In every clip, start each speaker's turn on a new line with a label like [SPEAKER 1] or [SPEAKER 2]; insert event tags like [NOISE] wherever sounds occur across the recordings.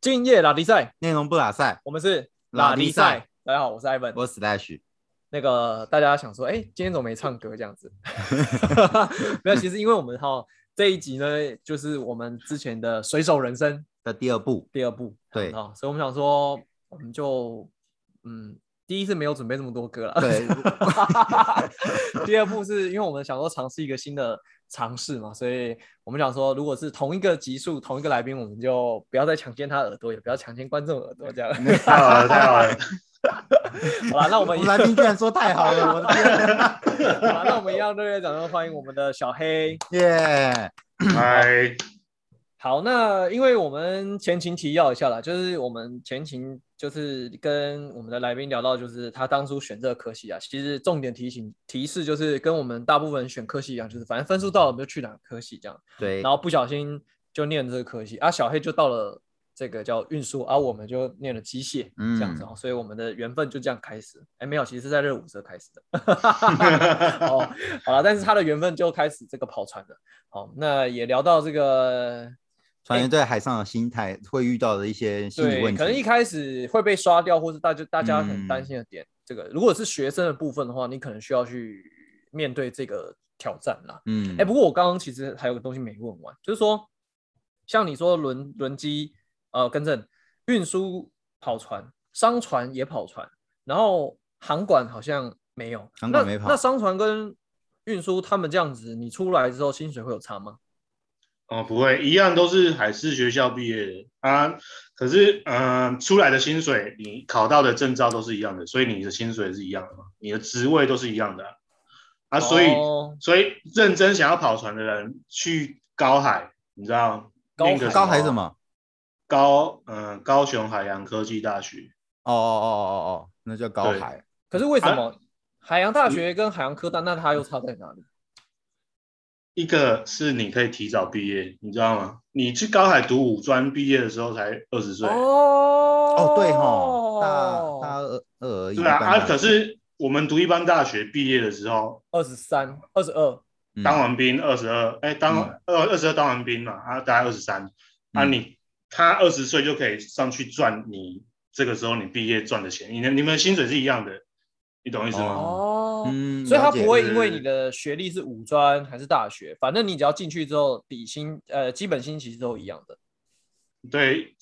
[SPEAKER 1] 今夜拉力赛，
[SPEAKER 2] 内容不拉赛，
[SPEAKER 1] 我们是
[SPEAKER 2] 拉力
[SPEAKER 1] 力
[SPEAKER 2] 赛。
[SPEAKER 1] 大家好，我是 Ivan。
[SPEAKER 2] 我 Slash，
[SPEAKER 1] 那个大家想说，哎、今天怎么没唱歌这样
[SPEAKER 2] [LAUGHS]
[SPEAKER 1] 子？没有，其实因为我们哈这一集呢，就是我们之前的《水手人生》
[SPEAKER 2] 的第二部，
[SPEAKER 1] 第二部
[SPEAKER 2] 对
[SPEAKER 1] 啊、所以我们想说，我们就嗯，第一是没有准备这么多歌了，
[SPEAKER 2] 对
[SPEAKER 1] [LAUGHS] 第二部是因为我们想说尝试一个新的尝试嘛，所以我们想说，如果是同一个集数、同一个来宾，我们就不要再强奸他耳朵，也不要强奸观众耳朵，这
[SPEAKER 2] [LAUGHS]
[SPEAKER 1] 样。
[SPEAKER 3] 太好了，太好了！
[SPEAKER 1] [LAUGHS] 好了，那我们
[SPEAKER 2] 我 [LAUGHS] 来宾居然说太好
[SPEAKER 1] [LAUGHS]
[SPEAKER 2] 了，我的天，
[SPEAKER 1] 好啦那我们一样热烈掌声欢迎我们的小黑。
[SPEAKER 2] 耶！
[SPEAKER 3] 嗨，
[SPEAKER 1] 好，那因为我们前情提要一下啦，就是我们前情就是跟我们的来宾聊到，就是他当初选这个科系啊，其实重点提醒提示就是跟我们大部分人选科系一样，就是反正分数到了我们就去哪个科系这样，
[SPEAKER 2] 对
[SPEAKER 1] 然，后不小心就念这个科系啊，小黑就到了这个叫运输，而、啊我们就念了机械这样子哦，所以我们的缘分就这样开始。哎，没有，其实是在热舞社开始的。 [LAUGHS] 哦，好了，但是他的缘分就开始这个跑船了。好，那也聊到这个，
[SPEAKER 2] 船员对海上的心态会遇到的一些心理
[SPEAKER 1] 对，
[SPEAKER 2] 问题，
[SPEAKER 1] 可能一开始会被刷掉，或是大家大家很
[SPEAKER 2] 嗯
[SPEAKER 1] 担心的点。这个如果是学生的部分的话，你可能需要去面对这个挑战啦。
[SPEAKER 2] 嗯，
[SPEAKER 1] 哎、不过我刚刚其实还有个东西没问完，就是说，像你说轮轮机，呃，更正，运输跑船，商船也跑船，然后航管好像没有，
[SPEAKER 2] 航
[SPEAKER 1] 那
[SPEAKER 2] 管没跑
[SPEAKER 1] 那商船跟运输他们这样子，你出来之后薪水会有差吗？
[SPEAKER 3] 哦，不会，一样都是海事学校毕业的啊。可是，嗯、出来的薪水，你考到的证照都是一样的，所以你的薪水是一样的嘛，你的职位都是一样的啊。啊所以，
[SPEAKER 1] 哦
[SPEAKER 3] 所以认真想要跑船的人去高海，你知道
[SPEAKER 1] 高
[SPEAKER 3] 那个
[SPEAKER 2] 高海什？么？
[SPEAKER 3] 高，嗯、高雄海洋科技大学。
[SPEAKER 2] 哦哦哦哦哦，那叫高
[SPEAKER 3] 对
[SPEAKER 2] 海。
[SPEAKER 1] 可是为
[SPEAKER 3] 啊
[SPEAKER 1] 什么、海洋大学跟海洋科大，那它又差在哪里？
[SPEAKER 3] 一个是你可以提早毕业，你知道吗？你去高海读五专毕业的时候才二十岁，
[SPEAKER 1] 哦
[SPEAKER 2] 哦，对吼，大大二二而已。
[SPEAKER 3] 对啊，
[SPEAKER 2] 一般
[SPEAKER 3] 啊，
[SPEAKER 2] 大
[SPEAKER 3] 可是我们读一般大学毕业的时候，
[SPEAKER 1] 二十三、二十二，
[SPEAKER 2] 嗯
[SPEAKER 3] 当完兵二十二，哎，当
[SPEAKER 2] 嗯
[SPEAKER 3] 二二十二当完兵嘛，啊，大概二十三，啊
[SPEAKER 2] 嗯
[SPEAKER 3] 你，他二十岁就可以上去赚你这个时候你毕业赚的钱，你的你们薪水是一样的，你懂意思吗？
[SPEAKER 1] 哦
[SPEAKER 2] 嗯，
[SPEAKER 1] 所以他
[SPEAKER 2] 了解
[SPEAKER 1] 不会
[SPEAKER 3] 对
[SPEAKER 1] 因
[SPEAKER 3] 对
[SPEAKER 1] 为
[SPEAKER 3] 对
[SPEAKER 1] 你的学历是五专还是大学，反正你只要进去之后，底薪呃基本薪其实都一样的。
[SPEAKER 3] 对，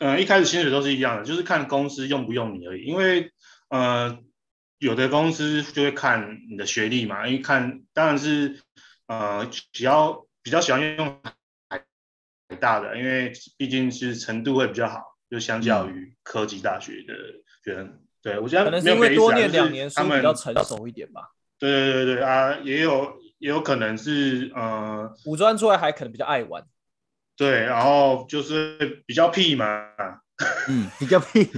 [SPEAKER 3] 呃，一开始薪水都是一样的，就是看公司用不用你而已。因为，呃，有的公司就会看你的学历嘛，因为看当然是，呃，比较比较喜欢用海海大的，因为毕竟是程度会比较好，就相较于科技大学的学生。对我觉
[SPEAKER 1] 嗯
[SPEAKER 3] 得
[SPEAKER 1] 可能是
[SPEAKER 3] 没有
[SPEAKER 1] 因为
[SPEAKER 3] 别的意
[SPEAKER 1] 多念
[SPEAKER 3] 思啊就是
[SPEAKER 1] 两年书
[SPEAKER 3] 他
[SPEAKER 1] 比
[SPEAKER 3] 们
[SPEAKER 1] 较成熟一点吧。
[SPEAKER 3] 对对对对啊，也有也有可能是呃
[SPEAKER 1] 五专出来还可能比较爱玩，
[SPEAKER 3] 对，然后就是比较屁嘛，
[SPEAKER 2] 嗯
[SPEAKER 1] [LAUGHS]
[SPEAKER 2] 比较屁，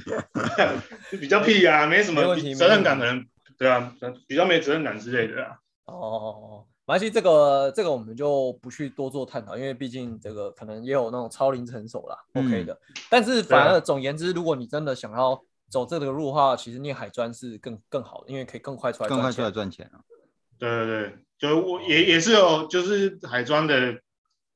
[SPEAKER 3] 就比较屁啊，没什
[SPEAKER 1] 没
[SPEAKER 3] 么
[SPEAKER 1] 问题
[SPEAKER 3] 责任感，
[SPEAKER 1] 没
[SPEAKER 3] 可能对啊，比较没责任感之类的啊。
[SPEAKER 1] 哦，马来西这个这个我们就不去多做探讨，因为毕竟这个可能也有那种超龄成熟啦、
[SPEAKER 2] 嗯
[SPEAKER 1] o k 的。但是反
[SPEAKER 3] 对啊
[SPEAKER 1] 而总言之，如果你真的想要走这个路的话，其实念海专是更更好的，因为可以更快出来
[SPEAKER 2] 更
[SPEAKER 1] 赚
[SPEAKER 2] 快出来
[SPEAKER 1] 钱。
[SPEAKER 2] 赚钱啊了。
[SPEAKER 3] 对对对，就我
[SPEAKER 1] 哦
[SPEAKER 3] 也也是有，就是海专的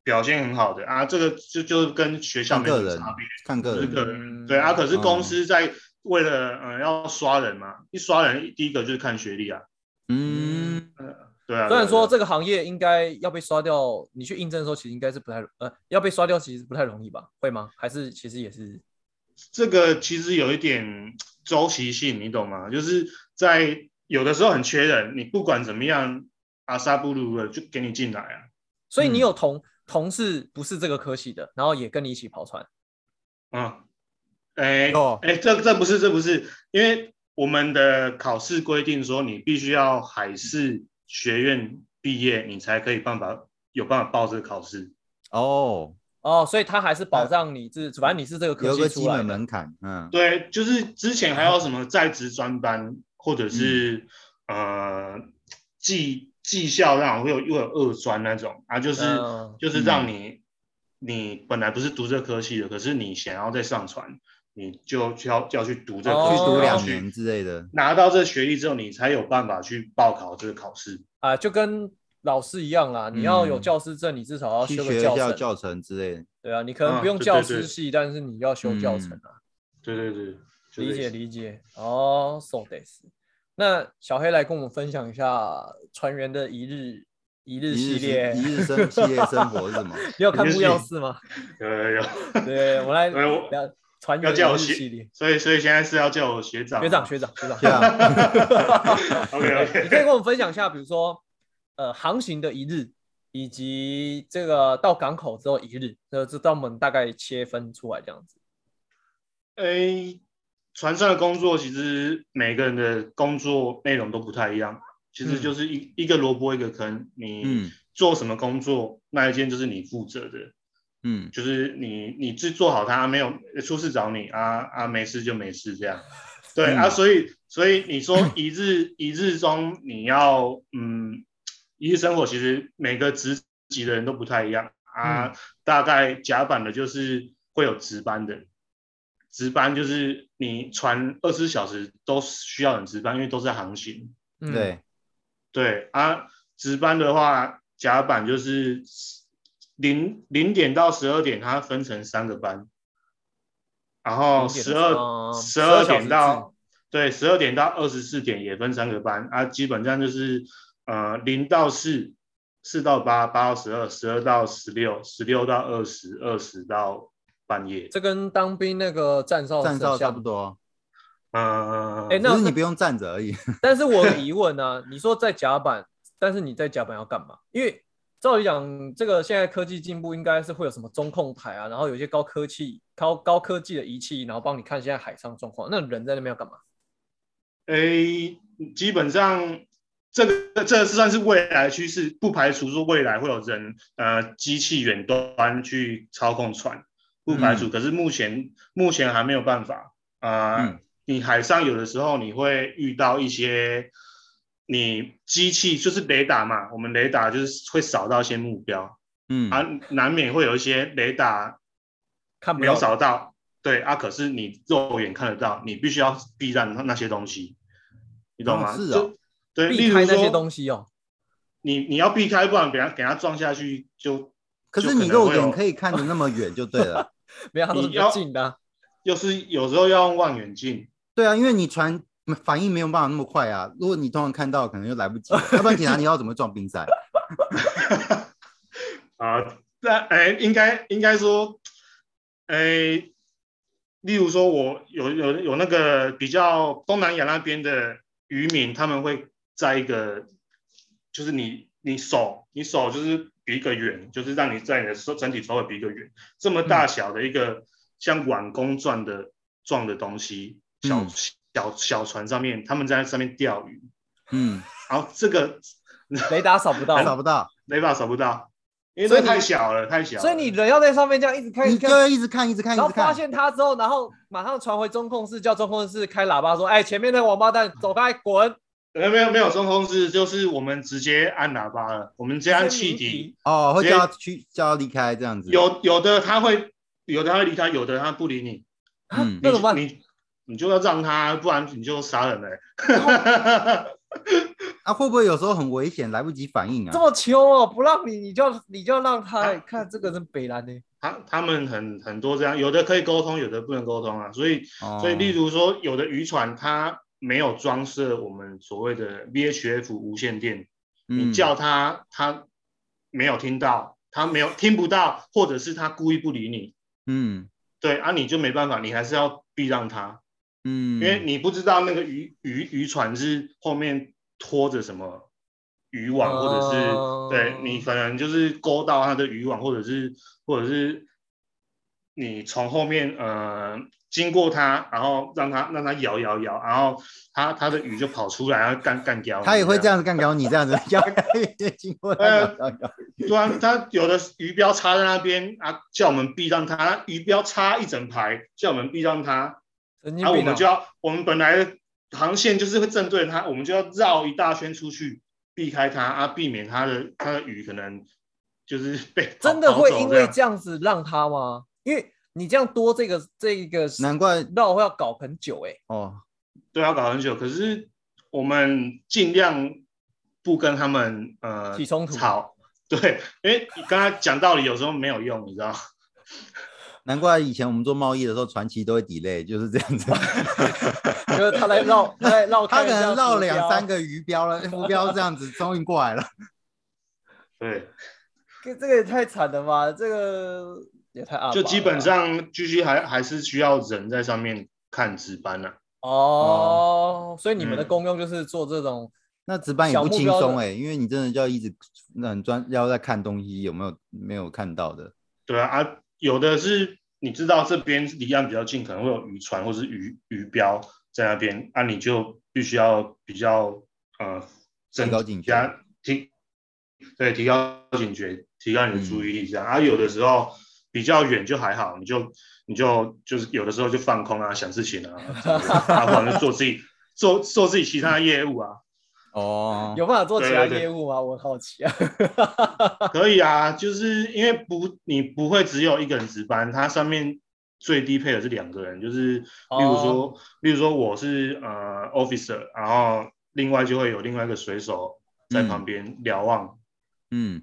[SPEAKER 3] 表现很好的啊，这个就就跟学校
[SPEAKER 2] 看
[SPEAKER 3] 没
[SPEAKER 2] 个
[SPEAKER 3] 什么
[SPEAKER 2] 人
[SPEAKER 3] 差别，，
[SPEAKER 2] 看个
[SPEAKER 3] 就是
[SPEAKER 2] 人。
[SPEAKER 3] 个
[SPEAKER 1] 嗯
[SPEAKER 3] 人对啊。可是公司在为了嗯、呃要刷人嘛，一刷人第一个就是看学历啊，
[SPEAKER 2] 嗯，
[SPEAKER 3] 对啊。
[SPEAKER 1] 虽然
[SPEAKER 3] 对啊
[SPEAKER 1] 说这个行业应该要被刷掉，你去应征的时候其实应该是不太呃要被刷掉，其实不太容易吧？会吗？还是其实也是
[SPEAKER 3] 这个其实有一点周期性，你懂吗？就是在有的时候很缺人，你不管怎么样，阿萨布鲁的就给你进来啊。
[SPEAKER 1] 所以你
[SPEAKER 2] 嗯
[SPEAKER 1] 有同、同事不是这个科系的，然后也跟你一起跑船，
[SPEAKER 3] 嗯，哎、
[SPEAKER 1] 嗯
[SPEAKER 2] 有
[SPEAKER 3] 哎、这这不是这不是，因为我们的考试规定说，你必须要海事学院毕业，你才可以办法有办法报这个考试。
[SPEAKER 2] 哦，
[SPEAKER 1] 哦，所以他还是保障你是，反正你是这个科
[SPEAKER 2] 有个
[SPEAKER 1] 系
[SPEAKER 2] 基
[SPEAKER 1] 出来
[SPEAKER 2] 本
[SPEAKER 1] 的。
[SPEAKER 2] 门槛，嗯，
[SPEAKER 3] 对，就是之前还有什么在职专班，或者是、
[SPEAKER 2] 嗯
[SPEAKER 3] 呃技技校那种，会有又有二专那种啊，就是、
[SPEAKER 1] 嗯
[SPEAKER 3] 就是让你、你本来不是读这科系的，可是你想要再上传，你就就要就要去读这个
[SPEAKER 1] 哦
[SPEAKER 3] 科
[SPEAKER 2] 去
[SPEAKER 3] 系，
[SPEAKER 2] 读
[SPEAKER 3] 然
[SPEAKER 2] 两
[SPEAKER 3] 后去
[SPEAKER 2] 年之类的。
[SPEAKER 3] 拿到这学历之后，你才有办法去报考这个考试。
[SPEAKER 1] 啊、就跟老师一样啦，你要有教师证，你至少要
[SPEAKER 2] 嗯去
[SPEAKER 1] 修
[SPEAKER 2] 学
[SPEAKER 1] 个
[SPEAKER 2] 一
[SPEAKER 1] 教
[SPEAKER 2] 下
[SPEAKER 1] 程。
[SPEAKER 2] 教嗯程之类的。
[SPEAKER 1] 对啊，你可能
[SPEAKER 3] 啊
[SPEAKER 1] 不用
[SPEAKER 3] 对
[SPEAKER 1] 教
[SPEAKER 3] 对
[SPEAKER 1] 师
[SPEAKER 3] 对
[SPEAKER 1] 系，但是你要修教程啊。
[SPEAKER 3] 对对对，就
[SPEAKER 1] 理
[SPEAKER 3] 类
[SPEAKER 1] 解
[SPEAKER 3] 似
[SPEAKER 1] 理解。哦，so this。那小黑来跟我们分享一下船员的一日一日
[SPEAKER 2] 一
[SPEAKER 1] 系
[SPEAKER 2] 日生
[SPEAKER 1] 列。
[SPEAKER 2] 一日生系列生活是什
[SPEAKER 1] [LAUGHS]
[SPEAKER 2] 么？
[SPEAKER 1] 你有看
[SPEAKER 3] 一日
[SPEAKER 1] 木
[SPEAKER 3] 系
[SPEAKER 1] 曜四吗？
[SPEAKER 3] 有有有，
[SPEAKER 1] 对，我们来
[SPEAKER 3] 哎我
[SPEAKER 1] 聊船
[SPEAKER 3] 要
[SPEAKER 1] 员
[SPEAKER 3] 叫
[SPEAKER 1] 一
[SPEAKER 3] 我
[SPEAKER 1] 日
[SPEAKER 3] 学
[SPEAKER 1] 系
[SPEAKER 3] [LAUGHS]
[SPEAKER 1] 列。
[SPEAKER 3] 所以所以现在是要叫我学长啊
[SPEAKER 1] 学长，学长，学
[SPEAKER 2] [LAUGHS]
[SPEAKER 1] 长，
[SPEAKER 2] 这
[SPEAKER 3] [LAUGHS]
[SPEAKER 2] 样，
[SPEAKER 3] ，OK
[SPEAKER 1] 对 [LAUGHS] 你可以
[SPEAKER 3] OK，
[SPEAKER 1] 跟我们分享一下，比如说，呃，航行的一日，以及这个到港口之后一日，呃，这到我们大概切分出来这样子。
[SPEAKER 3] 诶，船哎上的工作其实每个人的工作内容都不太一样，其
[SPEAKER 1] 嗯
[SPEAKER 3] 实就是一、一个萝卜一个坑，你
[SPEAKER 2] 嗯
[SPEAKER 3] 做什么工作，那一件就是你负责的，
[SPEAKER 2] 嗯，
[SPEAKER 3] 就是你你自做好它，没有出事找你啊啊，没事就没事
[SPEAKER 2] [LAUGHS]
[SPEAKER 3] 这样。对、
[SPEAKER 2] 嗯
[SPEAKER 3] 啊，所以所以你说一日一日中你要嗯，一日生活其实每个职级的人都不太一样啊，
[SPEAKER 2] 嗯
[SPEAKER 3] 大概甲板的就是会有值班的。值班就是你船二十四小时都需要人值班，因为都是航行。
[SPEAKER 1] 嗯，
[SPEAKER 2] 对，
[SPEAKER 3] 对啊，值班的话，甲板就是零零点到十二点，它分成三个班，然后
[SPEAKER 1] 0点
[SPEAKER 3] 哦十
[SPEAKER 1] 到
[SPEAKER 3] 二
[SPEAKER 1] 12
[SPEAKER 3] 十
[SPEAKER 1] 小
[SPEAKER 3] 二
[SPEAKER 1] 时
[SPEAKER 3] 点到对十二点到二十四点也分三个班啊，基本上就是呃零到四，四到八，八到十二，十二到十六，十六到二十，二十到半夜。
[SPEAKER 1] 这跟当兵那个站哨
[SPEAKER 2] 站哨
[SPEAKER 1] 很像
[SPEAKER 2] 差不。多，啊
[SPEAKER 3] 嗯、
[SPEAKER 1] 哎那
[SPEAKER 2] 只是你不用站着而已。
[SPEAKER 1] 但是我有个疑问呢、啊，你 [LAUGHS] 说在甲板，但是你在甲板要干嘛？因为照理讲，这个现在科技进步，应该是会有什么中控台啊，然后有一些高科技、高高科技的仪器，然后帮你看现在海上状况。那人在那边要干嘛？
[SPEAKER 3] 诶，基本上这个这个是算是未来的趋势，不排除说未来会有人呃机器远端去操控船，不排
[SPEAKER 2] 嗯
[SPEAKER 3] 除。可是目前目前还没有办法啊、呃
[SPEAKER 2] 嗯
[SPEAKER 3] 你海上有的时候你会遇到一些你机器就是雷达嘛，我们雷达就是会扫到一些目标、
[SPEAKER 2] 嗯，
[SPEAKER 3] 啊，难免会有一些雷达
[SPEAKER 1] 看不
[SPEAKER 3] 没有
[SPEAKER 1] 到。
[SPEAKER 3] 扫到，对啊，可是你肉眼看得到，你必须要避让那那些东西，你懂吗？
[SPEAKER 2] 哦是哦
[SPEAKER 3] 就对，例
[SPEAKER 1] 避
[SPEAKER 3] 如
[SPEAKER 1] 开那些
[SPEAKER 3] 说
[SPEAKER 1] 东西哦。
[SPEAKER 3] 你你要避开，不然给他给他撞下去就
[SPEAKER 2] 可
[SPEAKER 3] 就是可
[SPEAKER 2] 你
[SPEAKER 3] 能
[SPEAKER 2] 肉
[SPEAKER 3] 会有
[SPEAKER 2] 眼可以看得那么远就对
[SPEAKER 3] [LAUGHS]
[SPEAKER 2] 了。
[SPEAKER 1] 没有，它都是
[SPEAKER 3] 你
[SPEAKER 1] 比较
[SPEAKER 3] 要
[SPEAKER 1] 近的啊、
[SPEAKER 3] 又是有时候要用望远镜，
[SPEAKER 2] 对啊，因为你船反应没有办法那么快啊。如果你通常看到，可能就来不及了。要不然警察你要怎么撞冰山？
[SPEAKER 3] 啊，那哎，应该应该说，哎，例如说我有有有那个比较东南亚那边的渔民，他们会在一个，就是你你手你手就是比一个圆，就是让你在你的手整体手尾比一个圆，这么
[SPEAKER 1] 嗯
[SPEAKER 3] 大小的一个、像碗弓状的状的东西，小、
[SPEAKER 2] 嗯
[SPEAKER 3] 小小船上面，他们在上面钓鱼，
[SPEAKER 2] 嗯，
[SPEAKER 3] [LAUGHS] 然后这个
[SPEAKER 1] 雷达扫
[SPEAKER 3] [LAUGHS]
[SPEAKER 1] 不到，
[SPEAKER 3] 哎
[SPEAKER 2] 找不到，
[SPEAKER 3] 没办法扫不到，因为
[SPEAKER 1] 所以
[SPEAKER 3] 这
[SPEAKER 1] 你
[SPEAKER 3] 太小了，太小了，
[SPEAKER 1] 所以你人要在上面这样一直看，一
[SPEAKER 2] 你
[SPEAKER 1] 直
[SPEAKER 2] 就
[SPEAKER 1] 看，
[SPEAKER 2] 要一直看，一直看，
[SPEAKER 1] 然
[SPEAKER 2] 一
[SPEAKER 1] 后
[SPEAKER 2] 直
[SPEAKER 1] 发
[SPEAKER 2] 看。
[SPEAKER 1] 现它之后，然后马上传回中控室，叫中控室开喇叭说：“哎，前面那个王八蛋，走开，滚
[SPEAKER 3] 呃，没有没有中控制，就是我们直接按喇叭了，我们直！”接按气
[SPEAKER 1] 先鸣
[SPEAKER 3] 笛。
[SPEAKER 1] 笛，
[SPEAKER 2] 哦，会
[SPEAKER 3] 直接
[SPEAKER 2] 叫他去，叫他离开这样子。，
[SPEAKER 3] 有有的他会，有的他会理他，有的他不理你。
[SPEAKER 2] 嗯
[SPEAKER 1] 那怎么办？
[SPEAKER 3] 你你就要让他，不然你就杀人了、
[SPEAKER 2] 啊，会不会有时候很危险，来不及反应啊？
[SPEAKER 1] 这么穷哦，不让你，你就你就让
[SPEAKER 3] 啊
[SPEAKER 1] 他看这个人北兰呢。
[SPEAKER 3] 他他们很很多这样，有的可以沟通，有的不能沟通啊。所以
[SPEAKER 2] 哦
[SPEAKER 3] 所以，例如说，有的渔船它没有装设我们所谓的 VHF 无线电，你
[SPEAKER 2] 嗯
[SPEAKER 3] 叫他他没有听到，他没有听不到，或者是他故意不理你。
[SPEAKER 2] 嗯
[SPEAKER 3] 对啊，你就没办法，你还是要避让他，
[SPEAKER 2] 嗯，
[SPEAKER 3] 因为你不知道那个渔渔渔船是后面拖着什么渔网，或者是、
[SPEAKER 1] 哦
[SPEAKER 3] 对你可能就是勾到他的渔网，或者是或者是你从后面呃经过他，然后让他让他摇摇摇，然后他他的鱼就跑出来，然后干干掉你。
[SPEAKER 2] 他也会这样子干搞你这样 [LAUGHS] 子，要经过他
[SPEAKER 1] 哎
[SPEAKER 3] 呃
[SPEAKER 2] 搞搞
[SPEAKER 3] 对啊，他有的鱼标插在那边啊，叫我们避让他，鱼标插一整排，叫我们避让他，
[SPEAKER 1] 神
[SPEAKER 3] 啊，
[SPEAKER 1] 经
[SPEAKER 3] 我
[SPEAKER 1] 病
[SPEAKER 3] 们
[SPEAKER 1] 啊
[SPEAKER 3] 就！要，我们本来航线就是会正对它，我们就要绕一大圈出去，避开它啊，避免它的它的鱼可能就是 [LAUGHS] 被跑
[SPEAKER 1] 真的
[SPEAKER 3] 跑
[SPEAKER 1] 会
[SPEAKER 3] 走
[SPEAKER 1] 因
[SPEAKER 3] 这
[SPEAKER 1] 为
[SPEAKER 3] 样
[SPEAKER 1] 这样子让他吗？因为你这样多这个这一个 [LAUGHS]
[SPEAKER 2] 难怪
[SPEAKER 1] 绕要搞很久哎。
[SPEAKER 2] 哦，
[SPEAKER 3] 对要搞很久，可是我们尽量不跟他们呃
[SPEAKER 1] 起冲突
[SPEAKER 3] 吵，对，因为你刚才讲道理有时候没有用，你知道吗？
[SPEAKER 2] 难怪以前我们做贸易的时候，传奇都会 delay，就是这
[SPEAKER 1] [LAUGHS]
[SPEAKER 2] 样子。
[SPEAKER 1] 就是他来
[SPEAKER 3] [LAUGHS]
[SPEAKER 1] 绕，他来绕，
[SPEAKER 2] 他可能绕两三
[SPEAKER 1] 个。
[SPEAKER 2] 个鱼标
[SPEAKER 1] [LAUGHS]
[SPEAKER 2] 了，浮标这样子终于过来了。
[SPEAKER 3] 对，
[SPEAKER 1] 这这个也太惨了吧，这个也太阿
[SPEAKER 3] 就
[SPEAKER 1] 巴
[SPEAKER 3] 基
[SPEAKER 1] 了
[SPEAKER 3] 本
[SPEAKER 1] 吧
[SPEAKER 3] 上 GG 还还是需要人在上面看值班啊呢、
[SPEAKER 1] 哦，所以你们的
[SPEAKER 3] 嗯
[SPEAKER 1] 功用就是做这种
[SPEAKER 2] 那值班也
[SPEAKER 1] 小
[SPEAKER 2] 不
[SPEAKER 1] 目
[SPEAKER 2] 轻
[SPEAKER 1] 标
[SPEAKER 2] 松
[SPEAKER 1] 的
[SPEAKER 2] 哎、因为你真的就要一直那很专，要在看东西有没有没有看到的。
[SPEAKER 3] 对啊，啊，有的是你知道这边离岸比较近，可能会有渔船或是鱼鱼标在那边，啊，你就必须要比较呃增
[SPEAKER 2] 高警觉
[SPEAKER 3] 加提对提高警觉，提高你的注意
[SPEAKER 2] 嗯
[SPEAKER 3] 力这样。啊，有的时候比较远就还好，你就你就就是有的时候就放空啊，想事情啊，啊，或者是做自己做做自己其他的业务啊，
[SPEAKER 2] 哦，
[SPEAKER 1] 有办法做其他
[SPEAKER 3] 嗯对对对
[SPEAKER 1] 业务吗？我很好奇啊。
[SPEAKER 3] 可以啊，就是因为不你不会只有一个人值班，它上面最低配的是两个人，就是例
[SPEAKER 1] 哦
[SPEAKER 3] 如说，例如说我是呃 officer，然后另外就会有另外一个水手在旁边瞭望。
[SPEAKER 2] 嗯，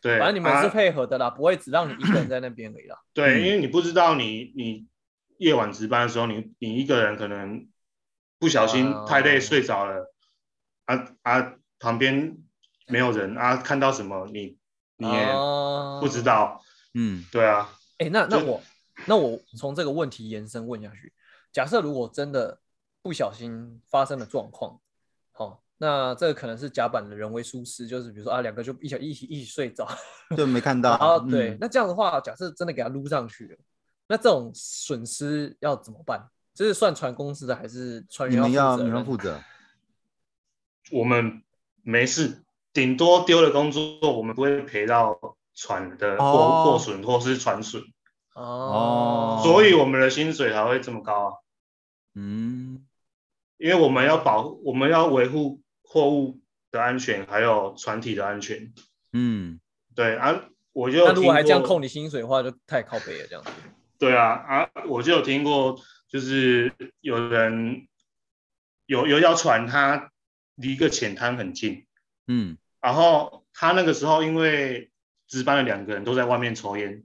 [SPEAKER 3] 对，
[SPEAKER 1] 反正你们是
[SPEAKER 3] 啊
[SPEAKER 1] 配合的啦，不会只让你一个人在那边而已啦。
[SPEAKER 2] 嗯
[SPEAKER 3] 对，因为你不知道你你夜晚值班的时候，你你一个人可能不小心
[SPEAKER 1] 哦
[SPEAKER 3] 太累睡着了，啊啊旁边没有人啊，看到什么你你也
[SPEAKER 1] 哦
[SPEAKER 3] 不知。道，
[SPEAKER 2] 嗯，
[SPEAKER 3] 对啊。
[SPEAKER 1] 哎、那那
[SPEAKER 3] 就
[SPEAKER 1] 我那我从这个问题延伸问下去，假设如果真的不小心发生了状况，好、那这个可能是甲板的人为疏失，就是比如说啊，两个就一起一起一起睡着，
[SPEAKER 2] 就没
[SPEAKER 1] [LAUGHS]
[SPEAKER 2] 看
[SPEAKER 1] 然后
[SPEAKER 2] 到。
[SPEAKER 1] 对，
[SPEAKER 2] 嗯，
[SPEAKER 1] 那这样的话，假设真的给他撸上去了，那这种损失要怎么办？这是算船公司的还是船
[SPEAKER 2] 你
[SPEAKER 1] 员
[SPEAKER 2] 们要
[SPEAKER 1] 负责
[SPEAKER 2] 你们
[SPEAKER 1] 任
[SPEAKER 2] 负责。
[SPEAKER 3] 我们没事，顶多丢了工作，我们不会赔到船的破、
[SPEAKER 2] 哦
[SPEAKER 3] 破损或是船损，
[SPEAKER 1] 哦
[SPEAKER 2] 哦，
[SPEAKER 3] 所以我们的薪水才会这么高啊，
[SPEAKER 2] 嗯，
[SPEAKER 3] 因为我们要保，我们要维护货物的安全，还有船体的安全。
[SPEAKER 2] 嗯，
[SPEAKER 3] 对啊，我就有
[SPEAKER 1] 那如果还这样
[SPEAKER 3] 听过
[SPEAKER 1] 扣你薪水的话，就太靠北了这样子。
[SPEAKER 3] 对啊，啊，我就有听过，就是有人有有一条船，它离一个浅滩很近，
[SPEAKER 2] 嗯，
[SPEAKER 3] 然后他那个时候因为值班的两个人都在外面抽烟，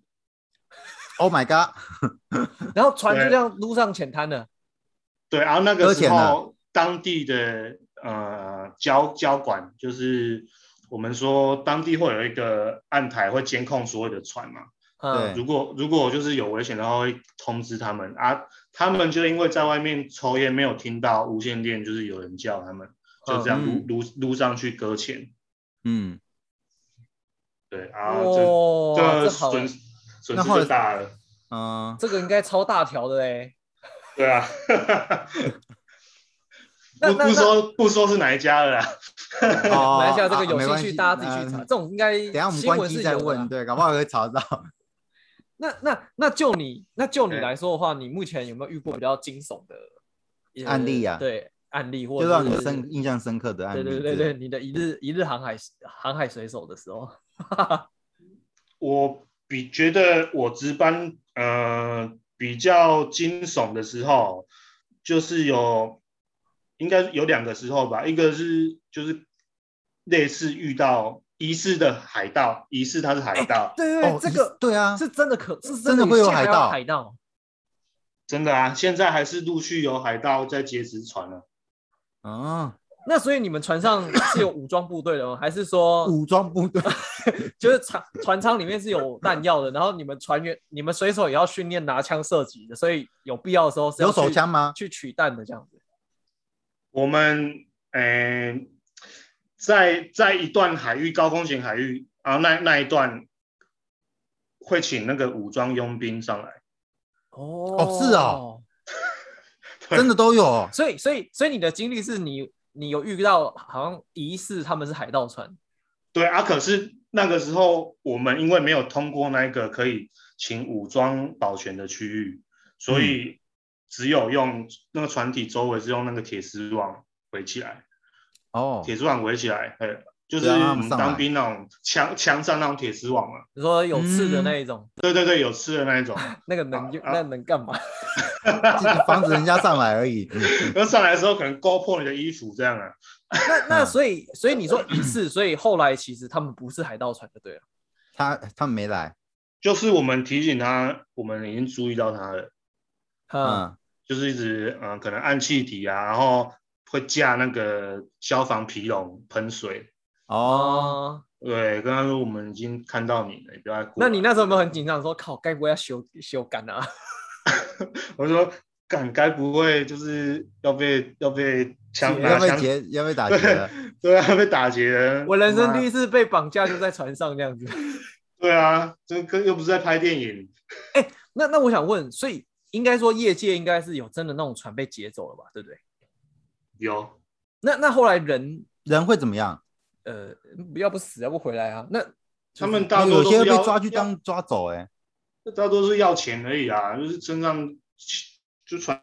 [SPEAKER 2] Oh my god！
[SPEAKER 1] 然后船就这样撸上浅滩了，
[SPEAKER 3] 对，然后那个
[SPEAKER 2] 搁
[SPEAKER 3] 时
[SPEAKER 2] 浅了
[SPEAKER 3] 候当地的呃交交管，就是我们说当地会有一个岸台会监控所有的船嘛，
[SPEAKER 1] 嗯
[SPEAKER 2] 对
[SPEAKER 3] 如果如果就是有危险的话，会通知他们啊。他们就因为在外面抽烟，没有听到无线电，就是有人叫他们，就这样
[SPEAKER 2] 嗯
[SPEAKER 3] 撸撸撸上去搁浅。
[SPEAKER 2] 嗯，
[SPEAKER 3] 对啊，
[SPEAKER 2] 哦
[SPEAKER 3] 这
[SPEAKER 1] 哇，
[SPEAKER 3] 这
[SPEAKER 1] 这好，
[SPEAKER 3] 损损
[SPEAKER 2] 欸那
[SPEAKER 3] 失
[SPEAKER 2] 后来
[SPEAKER 3] 就大了。
[SPEAKER 2] 嗯，
[SPEAKER 1] 这个应该超大条的哎。
[SPEAKER 2] [LAUGHS]
[SPEAKER 3] 对啊，
[SPEAKER 1] 那
[SPEAKER 3] 不
[SPEAKER 1] 那
[SPEAKER 3] 不
[SPEAKER 1] 那
[SPEAKER 3] 说不说是哪一家了啦，
[SPEAKER 2] 哦
[SPEAKER 1] [LAUGHS] 马来西亚这个
[SPEAKER 2] 啊没
[SPEAKER 1] 有
[SPEAKER 2] 关
[SPEAKER 1] 兴趣，
[SPEAKER 2] 系
[SPEAKER 1] 大家自己去
[SPEAKER 2] 那
[SPEAKER 1] 查。这种应该
[SPEAKER 2] 等一下我们
[SPEAKER 1] 新
[SPEAKER 2] 关
[SPEAKER 1] 闻
[SPEAKER 2] 机
[SPEAKER 1] 是
[SPEAKER 2] 再
[SPEAKER 1] 有
[SPEAKER 2] 问，
[SPEAKER 1] 的。
[SPEAKER 2] 对，搞不好会吵到。
[SPEAKER 1] 那那那就你那就你
[SPEAKER 3] 对
[SPEAKER 1] 来说的话，你目前有没有遇过比较惊悚的呃
[SPEAKER 2] 案例啊
[SPEAKER 1] 对，案例或
[SPEAKER 2] 就
[SPEAKER 1] 者
[SPEAKER 2] 让你
[SPEAKER 1] 是
[SPEAKER 2] 深印象深刻的案
[SPEAKER 1] 对
[SPEAKER 2] 例。
[SPEAKER 1] 对对对，，你的一日一日航海航海水手的时候，
[SPEAKER 3] 我比觉得我值班呃比较惊悚的时候，就是有应该有两个时候吧，一个是就是类似遇到疑似的海盗，疑似他是海盗，
[SPEAKER 1] 对
[SPEAKER 2] 哦，
[SPEAKER 1] 这
[SPEAKER 2] 一
[SPEAKER 1] 个
[SPEAKER 2] 对啊，
[SPEAKER 1] 是真的可是
[SPEAKER 2] 真的会有
[SPEAKER 1] 现在还
[SPEAKER 2] 海盗
[SPEAKER 1] 海盗
[SPEAKER 3] 真的啊，现在还是陆续有海盗在劫持船了、
[SPEAKER 1] 哦
[SPEAKER 2] 啊，
[SPEAKER 1] 那所以你们船
[SPEAKER 2] [COUGHS]
[SPEAKER 1] 上是有武装部队的吗？还是说
[SPEAKER 2] 武装
[SPEAKER 1] [LAUGHS]
[SPEAKER 2] 部队。
[SPEAKER 1] 就是船船舱里面是有弹药的？然后你们船员、你们水手也要训练拿枪射击的，所以有必要的时候是要
[SPEAKER 2] 有手
[SPEAKER 1] 去
[SPEAKER 2] 枪吗
[SPEAKER 1] 去取弹的这样子。
[SPEAKER 3] 我们诶、呃在在一段海域高风险海域，然后那那一段会请那个武装佣兵上来。
[SPEAKER 1] 哦
[SPEAKER 2] 哦是哦，真的都有哦，
[SPEAKER 1] 所以所以所以你的经历是你你有遇到好像疑似他们是海盗船，
[SPEAKER 3] 对啊，可是那个时候我们因为没有通过那个可以请武装保全的区域，所
[SPEAKER 2] 嗯
[SPEAKER 3] 以只有用那个船体周围是用那个铁丝网围起来，
[SPEAKER 2] 哦，
[SPEAKER 3] 铁丝网围起来，嘿，哎就是
[SPEAKER 2] 对啊
[SPEAKER 3] 我
[SPEAKER 2] 让他们
[SPEAKER 3] 们
[SPEAKER 2] 上来
[SPEAKER 3] 当兵那种墙墙上那种铁丝网嘛，啊
[SPEAKER 1] 你说有刺的那一种，
[SPEAKER 3] 对对对，有吃的那一种，
[SPEAKER 2] [LAUGHS]
[SPEAKER 1] 那个能用、
[SPEAKER 3] 啊
[SPEAKER 1] 那能干嘛？ [LAUGHS]
[SPEAKER 2] 防止人家上来而已。嗯
[SPEAKER 3] 然后上来的时候可能勾破你的衣服这样啊，
[SPEAKER 1] 那
[SPEAKER 3] [LAUGHS]
[SPEAKER 1] 那所以所以你说一次，所以后来其实他们不是海盗船就对了。
[SPEAKER 2] 他他们没来，
[SPEAKER 3] 就是我们提醒他，我们已经注意到他了，
[SPEAKER 1] 嗯，
[SPEAKER 2] 嗯，
[SPEAKER 3] 就是一直嗯、呃可能按气体啊，然后会架那个消防皮笼喷水，
[SPEAKER 2] 哦，
[SPEAKER 1] 哦，
[SPEAKER 3] 对，跟他说我们已经看到你了，你不要再哭了。
[SPEAKER 1] 那你那时候有没有很紧张？说靠，该不会要修修干啊？ [LAUGHS]
[SPEAKER 3] 我说，敢该不会就是要被要被枪
[SPEAKER 2] 要
[SPEAKER 3] 拿
[SPEAKER 2] 被
[SPEAKER 3] 枪
[SPEAKER 2] 劫，要被打劫了，
[SPEAKER 3] 对啊，被打劫了。
[SPEAKER 1] 我人生
[SPEAKER 3] 妈
[SPEAKER 1] 第一次被绑架就在船上这样子。 [LAUGHS]
[SPEAKER 3] 对啊，这个又不是在拍电影，
[SPEAKER 1] 那那我想问，所以应该说业界应该是有真的那种船被劫走了吧，对不对？
[SPEAKER 3] 有
[SPEAKER 1] 那那后来人
[SPEAKER 2] 人会怎么样？
[SPEAKER 1] 呃，要不死要不回来啊？那
[SPEAKER 3] 他们大
[SPEAKER 2] 那
[SPEAKER 3] 多
[SPEAKER 2] 有
[SPEAKER 3] 都
[SPEAKER 2] 些
[SPEAKER 3] 是
[SPEAKER 2] 被
[SPEAKER 3] 要
[SPEAKER 2] 抓去，当抓走，哎，
[SPEAKER 3] 要大多是要钱而已啊，就是身上就船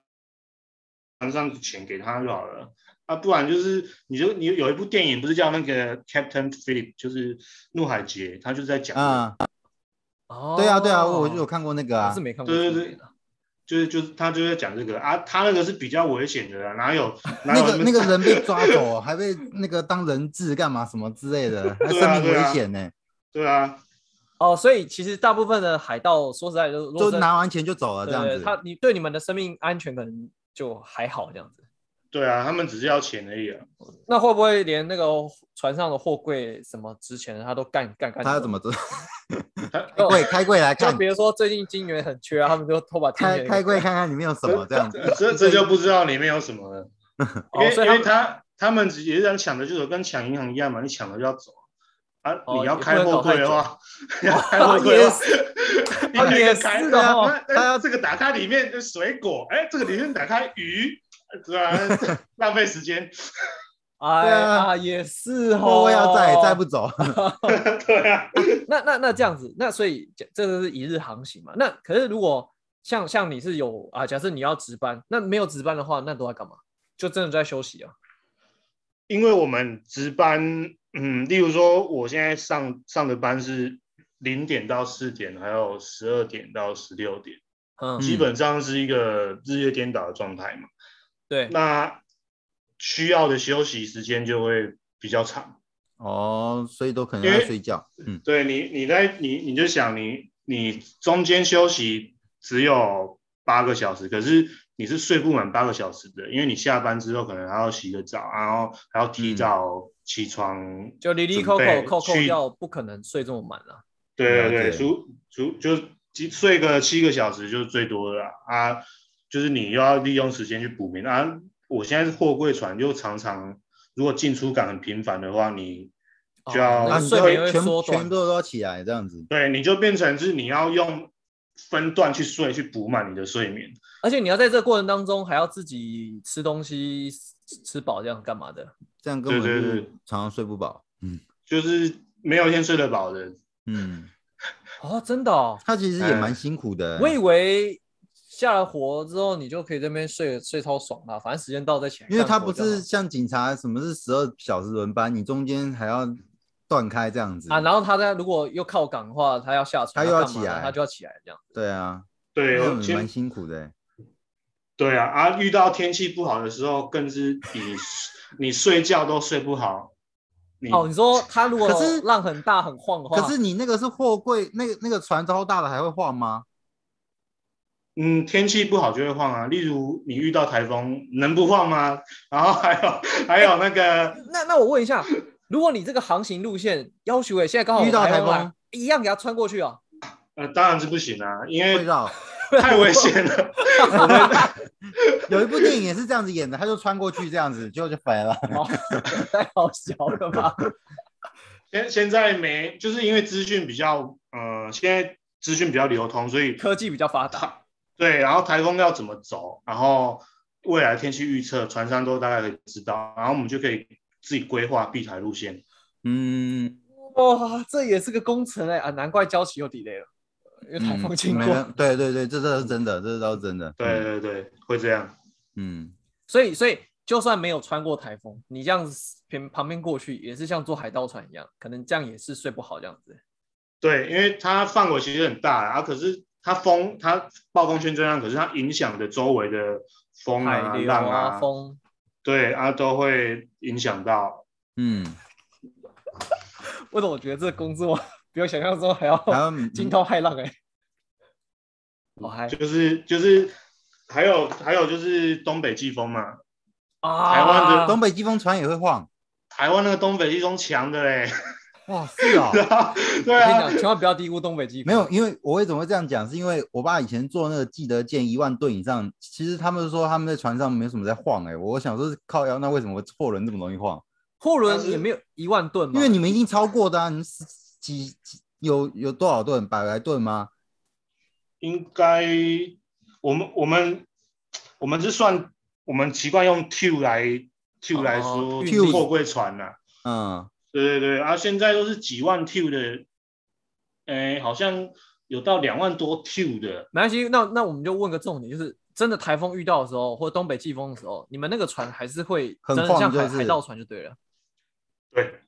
[SPEAKER 3] 船上钱给他就好了。啊，不然就是你就你有一部电影不是叫那个 Captain Philip，就是怒海劫，他就是在讲，
[SPEAKER 1] 啊
[SPEAKER 2] 嗯，
[SPEAKER 1] 哦，
[SPEAKER 2] 对啊，对啊，我有看过那个
[SPEAKER 1] 我
[SPEAKER 2] 啊
[SPEAKER 1] 是，没看过这
[SPEAKER 3] 对对
[SPEAKER 1] 个
[SPEAKER 3] 对
[SPEAKER 1] 片啊。
[SPEAKER 3] 就是就是他就在讲这个啊，他那个是比较危险的、啊，哪有哪
[SPEAKER 2] 那
[SPEAKER 3] 有
[SPEAKER 2] 个那个人
[SPEAKER 3] [LAUGHS]
[SPEAKER 2] 被抓走，哦还被那个当人质干嘛什么之类的，还
[SPEAKER 3] 对
[SPEAKER 2] 生
[SPEAKER 3] 啊
[SPEAKER 2] 命
[SPEAKER 3] 对
[SPEAKER 2] 危
[SPEAKER 3] 啊
[SPEAKER 2] 险呢，
[SPEAKER 3] 对啊，
[SPEAKER 1] 哦，所以其实大部分的海盗，说实在，就是如果
[SPEAKER 2] 就是拿完钱就走了
[SPEAKER 1] 对
[SPEAKER 2] 这样
[SPEAKER 1] 对
[SPEAKER 2] 子。
[SPEAKER 1] 他你对你们的生命安全可能就还好这样子。
[SPEAKER 3] 对啊，他们只是要钱而已啊。
[SPEAKER 1] 那会不会连那个船上的货柜什么值钱的，他都干干干走？
[SPEAKER 2] 他要怎么做？
[SPEAKER 1] [LAUGHS] 就
[SPEAKER 2] 柜开柜来
[SPEAKER 1] 就
[SPEAKER 2] 看，
[SPEAKER 1] 比如说最近金元很缺啊，他们就偷把金
[SPEAKER 2] 开
[SPEAKER 1] 元
[SPEAKER 2] 开柜看看里面有什么这样子。
[SPEAKER 3] 这这就不知道里面有什么了，因
[SPEAKER 1] 啊哦，
[SPEAKER 3] 为、
[SPEAKER 1] 所以他
[SPEAKER 3] 因为
[SPEAKER 1] 们
[SPEAKER 3] 他他们也是想抢的，就是跟抢银行一样嘛，你抢了就要走啊，
[SPEAKER 1] 哦
[SPEAKER 3] 你要开货柜的话，你 [LAUGHS] 要开货柜
[SPEAKER 1] 也
[SPEAKER 3] 的话，
[SPEAKER 1] 是，
[SPEAKER 3] [LAUGHS] 你要
[SPEAKER 1] 也
[SPEAKER 3] 开
[SPEAKER 1] 是
[SPEAKER 3] 的
[SPEAKER 1] 哦
[SPEAKER 3] 话，那那这个打开里面的水果，哎，这个里面打开鱼，对吧、啊？ [LAUGHS] 浪费时间，
[SPEAKER 1] 哎呀，
[SPEAKER 2] 啊
[SPEAKER 1] 也是哦。
[SPEAKER 2] 货柜要载也载不走， [LAUGHS]
[SPEAKER 3] 对啊，
[SPEAKER 1] 那那那这样子，那所以这这就是一日航行嘛。那可是如果像像你是有啊，假设你要值班，那没有值班的话，那都在干嘛？就真的在休息啊。
[SPEAKER 3] 因为我们值班，嗯，例如说我现在上上的班是零点到四点，还有十二点到十六点。
[SPEAKER 1] 嗯，
[SPEAKER 3] 基本上是一个日夜颠倒的状态嘛。
[SPEAKER 1] 对，
[SPEAKER 3] 那需要的休息时间就会比较长。
[SPEAKER 2] 哦，所以都可能要睡觉。嗯，
[SPEAKER 3] 对你，你在你你就想你你中间休息只有八个小时，可是你是睡不满八个小时的，因为你下班之后可能还要洗个澡，然后还要提早起床。
[SPEAKER 1] 就离离扣
[SPEAKER 3] 准备
[SPEAKER 1] 扣扣扣
[SPEAKER 3] 去
[SPEAKER 1] 掉，不可能睡这么满啊。
[SPEAKER 3] 对对
[SPEAKER 2] 了
[SPEAKER 3] 对，
[SPEAKER 2] 解
[SPEAKER 3] 除除就几睡个七个小时就是最多的啦啊，就是你又要利用时间去补眠啊。我现在是货柜船，就常常如果进出港很频繁的话，你就
[SPEAKER 1] 哦
[SPEAKER 3] 要、
[SPEAKER 1] 那
[SPEAKER 2] 你
[SPEAKER 1] 睡
[SPEAKER 2] 就
[SPEAKER 1] 眠会
[SPEAKER 2] 啊全
[SPEAKER 1] 缩短
[SPEAKER 2] 全部都要起来这样子。
[SPEAKER 3] 对，你就变成是你要用分段去睡，去补满你的睡眠。
[SPEAKER 1] 而且你要在这个过程当中还要自己吃东西、吃吃饱，这样干嘛的？
[SPEAKER 2] 这样根本
[SPEAKER 3] 对对
[SPEAKER 2] 是
[SPEAKER 3] 对
[SPEAKER 2] 常常睡不饱。嗯
[SPEAKER 3] 就是没有一天睡得饱的，
[SPEAKER 2] 嗯，
[SPEAKER 1] 哦，真的哦，
[SPEAKER 2] 他其实也
[SPEAKER 3] 哎
[SPEAKER 2] 蛮辛苦的。
[SPEAKER 1] 我以为下了活之后你就可以在那边睡睡超爽啊啦，反正时间到再起来干活
[SPEAKER 2] 因
[SPEAKER 1] 就好。
[SPEAKER 2] 为他不是像警察，什么是十二小时轮班，你中间还要断开这样子
[SPEAKER 1] 啊，然后他在如果又靠港的话，他要下船，
[SPEAKER 2] 他又要
[SPEAKER 1] 干嘛
[SPEAKER 2] 起来
[SPEAKER 1] 他就要起来这样。
[SPEAKER 2] 对啊，
[SPEAKER 3] 对，
[SPEAKER 2] 那
[SPEAKER 3] 我
[SPEAKER 2] 种
[SPEAKER 3] 其
[SPEAKER 2] 也
[SPEAKER 3] 实
[SPEAKER 2] 蛮辛苦的欸。
[SPEAKER 3] 对啊啊，遇到天气不好的时候，更是你 [LAUGHS] 你睡觉都睡不好，你
[SPEAKER 1] 哦，你说他如果
[SPEAKER 2] 嗯可是
[SPEAKER 1] 浪很大很晃的话，
[SPEAKER 2] 可是你那个是货柜，那个那个船超大的还会晃吗？
[SPEAKER 3] 嗯，天气不好就会晃啊。例如你遇到台风，能不晃吗？然后还有还有那个，
[SPEAKER 1] 那那我问一下，如果你这个航行路线要求哎诶，现在刚好
[SPEAKER 2] 遇到
[SPEAKER 1] 台
[SPEAKER 2] 台
[SPEAKER 1] 来
[SPEAKER 2] 风
[SPEAKER 1] 一样给它穿过去
[SPEAKER 2] [LAUGHS]
[SPEAKER 1] 啊，
[SPEAKER 3] 呃，当然是不行啊，因
[SPEAKER 2] 会
[SPEAKER 3] 为
[SPEAKER 2] 绕。
[SPEAKER 3] 太危险了。
[SPEAKER 2] 有一部电影也是这样子演的，他就穿过去这样子，结果就飞了。
[SPEAKER 1] 哦太好笑了吧？
[SPEAKER 3] 现现在没，就是因为资讯比较，呃，现在资讯比较流通，所以
[SPEAKER 1] 科技比较发达，
[SPEAKER 3] 它对，然后台风要怎么走，然后未来天气预测，船商都大概可以知道，然后我们就可以自己规划避台路线。
[SPEAKER 2] 嗯，
[SPEAKER 1] 哇，这也是个工程哎、啊，难怪交期又 delay 了，因为台风经
[SPEAKER 2] 嗯没
[SPEAKER 1] 过。
[SPEAKER 2] 人对对对，这倒是真的，这倒是真的。
[SPEAKER 3] 对对对，会这样。
[SPEAKER 2] 嗯，
[SPEAKER 1] 所以，所以就算没有穿过台风，你这样子旁旁边过去也是像坐海盗船一样，可能这样也是睡不好这样子。
[SPEAKER 3] 对，因为它范围其实很大啊，可是它风它暴风圈这样，可是它影响的周围的风啊、
[SPEAKER 1] 海流
[SPEAKER 3] 浪
[SPEAKER 1] 啊、
[SPEAKER 3] 啊，
[SPEAKER 1] 风，
[SPEAKER 3] 对啊都会影响到。
[SPEAKER 2] 嗯，
[SPEAKER 1] 为什么我觉得这个工作 [LAUGHS] 比我想象中还要
[SPEAKER 2] 然后
[SPEAKER 1] [LAUGHS] 惊涛骇浪哎、好嗨
[SPEAKER 3] 就是就是还有还有就是东北季风嘛，
[SPEAKER 1] 啊！
[SPEAKER 3] 台湾
[SPEAKER 2] 嗯
[SPEAKER 3] 的
[SPEAKER 2] 东北季风船也会晃，
[SPEAKER 3] 台湾那个东北季风强的嘞， [LAUGHS]
[SPEAKER 2] 哇，是哦。
[SPEAKER 3] 对
[SPEAKER 1] 我跟你
[SPEAKER 3] 啊
[SPEAKER 1] 讲，，千万不要低估东北季风。
[SPEAKER 2] 没有，因为我为什么会这样讲，是因为我爸以前做那个记得建一万吨以上，其实他们说他们在船上没什么在晃、欸，哎，我想说是靠腰，那为什么货轮这么容易晃？
[SPEAKER 1] 货
[SPEAKER 3] 但
[SPEAKER 1] 轮
[SPEAKER 3] 是
[SPEAKER 1] 也没有一万吨嘛，
[SPEAKER 2] 因为你们一定超过的啊，你们十几几有有多少吨，百来吨吗？
[SPEAKER 3] 应该我们我们我们是算我们习惯用 Q 来 Q 来
[SPEAKER 1] 哦
[SPEAKER 3] 说
[SPEAKER 1] ，Q
[SPEAKER 3] 货柜船呐、啊，
[SPEAKER 2] 嗯，
[SPEAKER 3] 对对对，啊，现在都是几万 Q 的，哎，好像有到两万多 Q 的，
[SPEAKER 1] 没关系，那那我们就问个重点，就是真的台风遇到的时候，或者东北季风的时候，你们那个船还是会
[SPEAKER 2] 很
[SPEAKER 1] 真的
[SPEAKER 2] 晃
[SPEAKER 1] 像
[SPEAKER 2] 就
[SPEAKER 1] 海
[SPEAKER 2] 是
[SPEAKER 1] 海盗船就对了。
[SPEAKER 3] 对，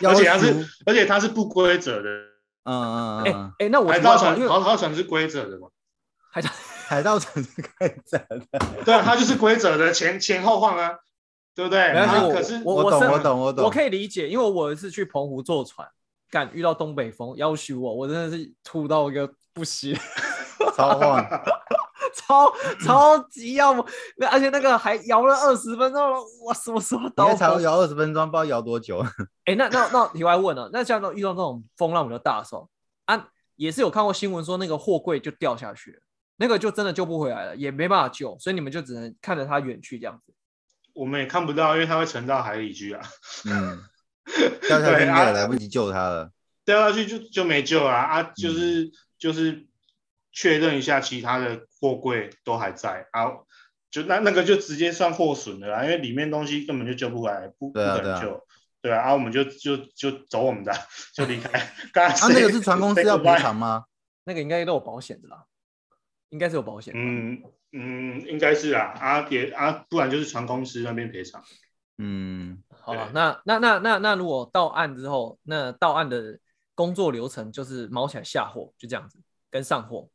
[SPEAKER 2] 要
[SPEAKER 3] 而且它
[SPEAKER 2] 求
[SPEAKER 3] 是而且它是不规则的，
[SPEAKER 2] 嗯嗯嗯
[SPEAKER 1] 哎
[SPEAKER 2] 嗯，
[SPEAKER 1] 哎，那我
[SPEAKER 3] 海
[SPEAKER 1] 题外
[SPEAKER 3] 盗
[SPEAKER 1] 话
[SPEAKER 3] 船
[SPEAKER 1] 因为
[SPEAKER 3] 海盗船是规则的嘛，
[SPEAKER 1] 海盗
[SPEAKER 2] 海盗船是开展的，
[SPEAKER 3] 对啊，它就是规则的前前后晃啊，对不对？
[SPEAKER 1] 没关系
[SPEAKER 3] 啊
[SPEAKER 1] 我
[SPEAKER 3] 可是
[SPEAKER 1] 我
[SPEAKER 2] 懂
[SPEAKER 1] 是
[SPEAKER 2] 我懂我懂，
[SPEAKER 1] 我可以理解，因为我有一次去澎湖坐船，干遇到东北风，要求我，我真的是吐到一个不行， [LAUGHS]
[SPEAKER 2] 超晃，
[SPEAKER 1] 超超级要么，那而且那个还摇了二十分钟，我什么时候
[SPEAKER 2] 应
[SPEAKER 1] 到
[SPEAKER 2] 该才
[SPEAKER 1] 风
[SPEAKER 2] 会？摇二十分钟，不知道摇多久。
[SPEAKER 1] 哎、那那那题外问了、那像那遇到那种风浪比较大的时候啊，也是有看过新闻说那个货柜就掉下去了，那个就真的救不回来了，也没办法救，所以你们就只能看着它远去这样子。
[SPEAKER 3] 我们也看不到，因为它会沉到海里去啊， [LAUGHS]
[SPEAKER 2] 嗯，掉下去应该也来不及救他了。
[SPEAKER 3] 掉下去就就没救了啊！啊
[SPEAKER 2] 嗯
[SPEAKER 3] 就是、就是确认一下其他的货柜都还在啊，就那那个就直接算货损了啦，因为里面东西根本就救不回来，不不
[SPEAKER 2] 对啊
[SPEAKER 3] 可能
[SPEAKER 2] 对
[SPEAKER 3] 救。对啊，啊，我们就就就走我们的， [LAUGHS] 就离开。刚
[SPEAKER 2] 啊，
[SPEAKER 3] 刚
[SPEAKER 2] 那个
[SPEAKER 3] 谁
[SPEAKER 2] 是船公司
[SPEAKER 3] 谁
[SPEAKER 2] 要补
[SPEAKER 3] goodbye
[SPEAKER 2] 偿吗？
[SPEAKER 1] 那个应该都有保险的啦，应该是有保险。
[SPEAKER 3] 嗯嗯，应该是啦，啊也啊，不然就是船公司那边赔偿。
[SPEAKER 2] 嗯，
[SPEAKER 1] 好了
[SPEAKER 3] 对，
[SPEAKER 1] 那那那那那如果到岸之后，那到岸的工作流程就是锚起来下货，就这样子，跟上货。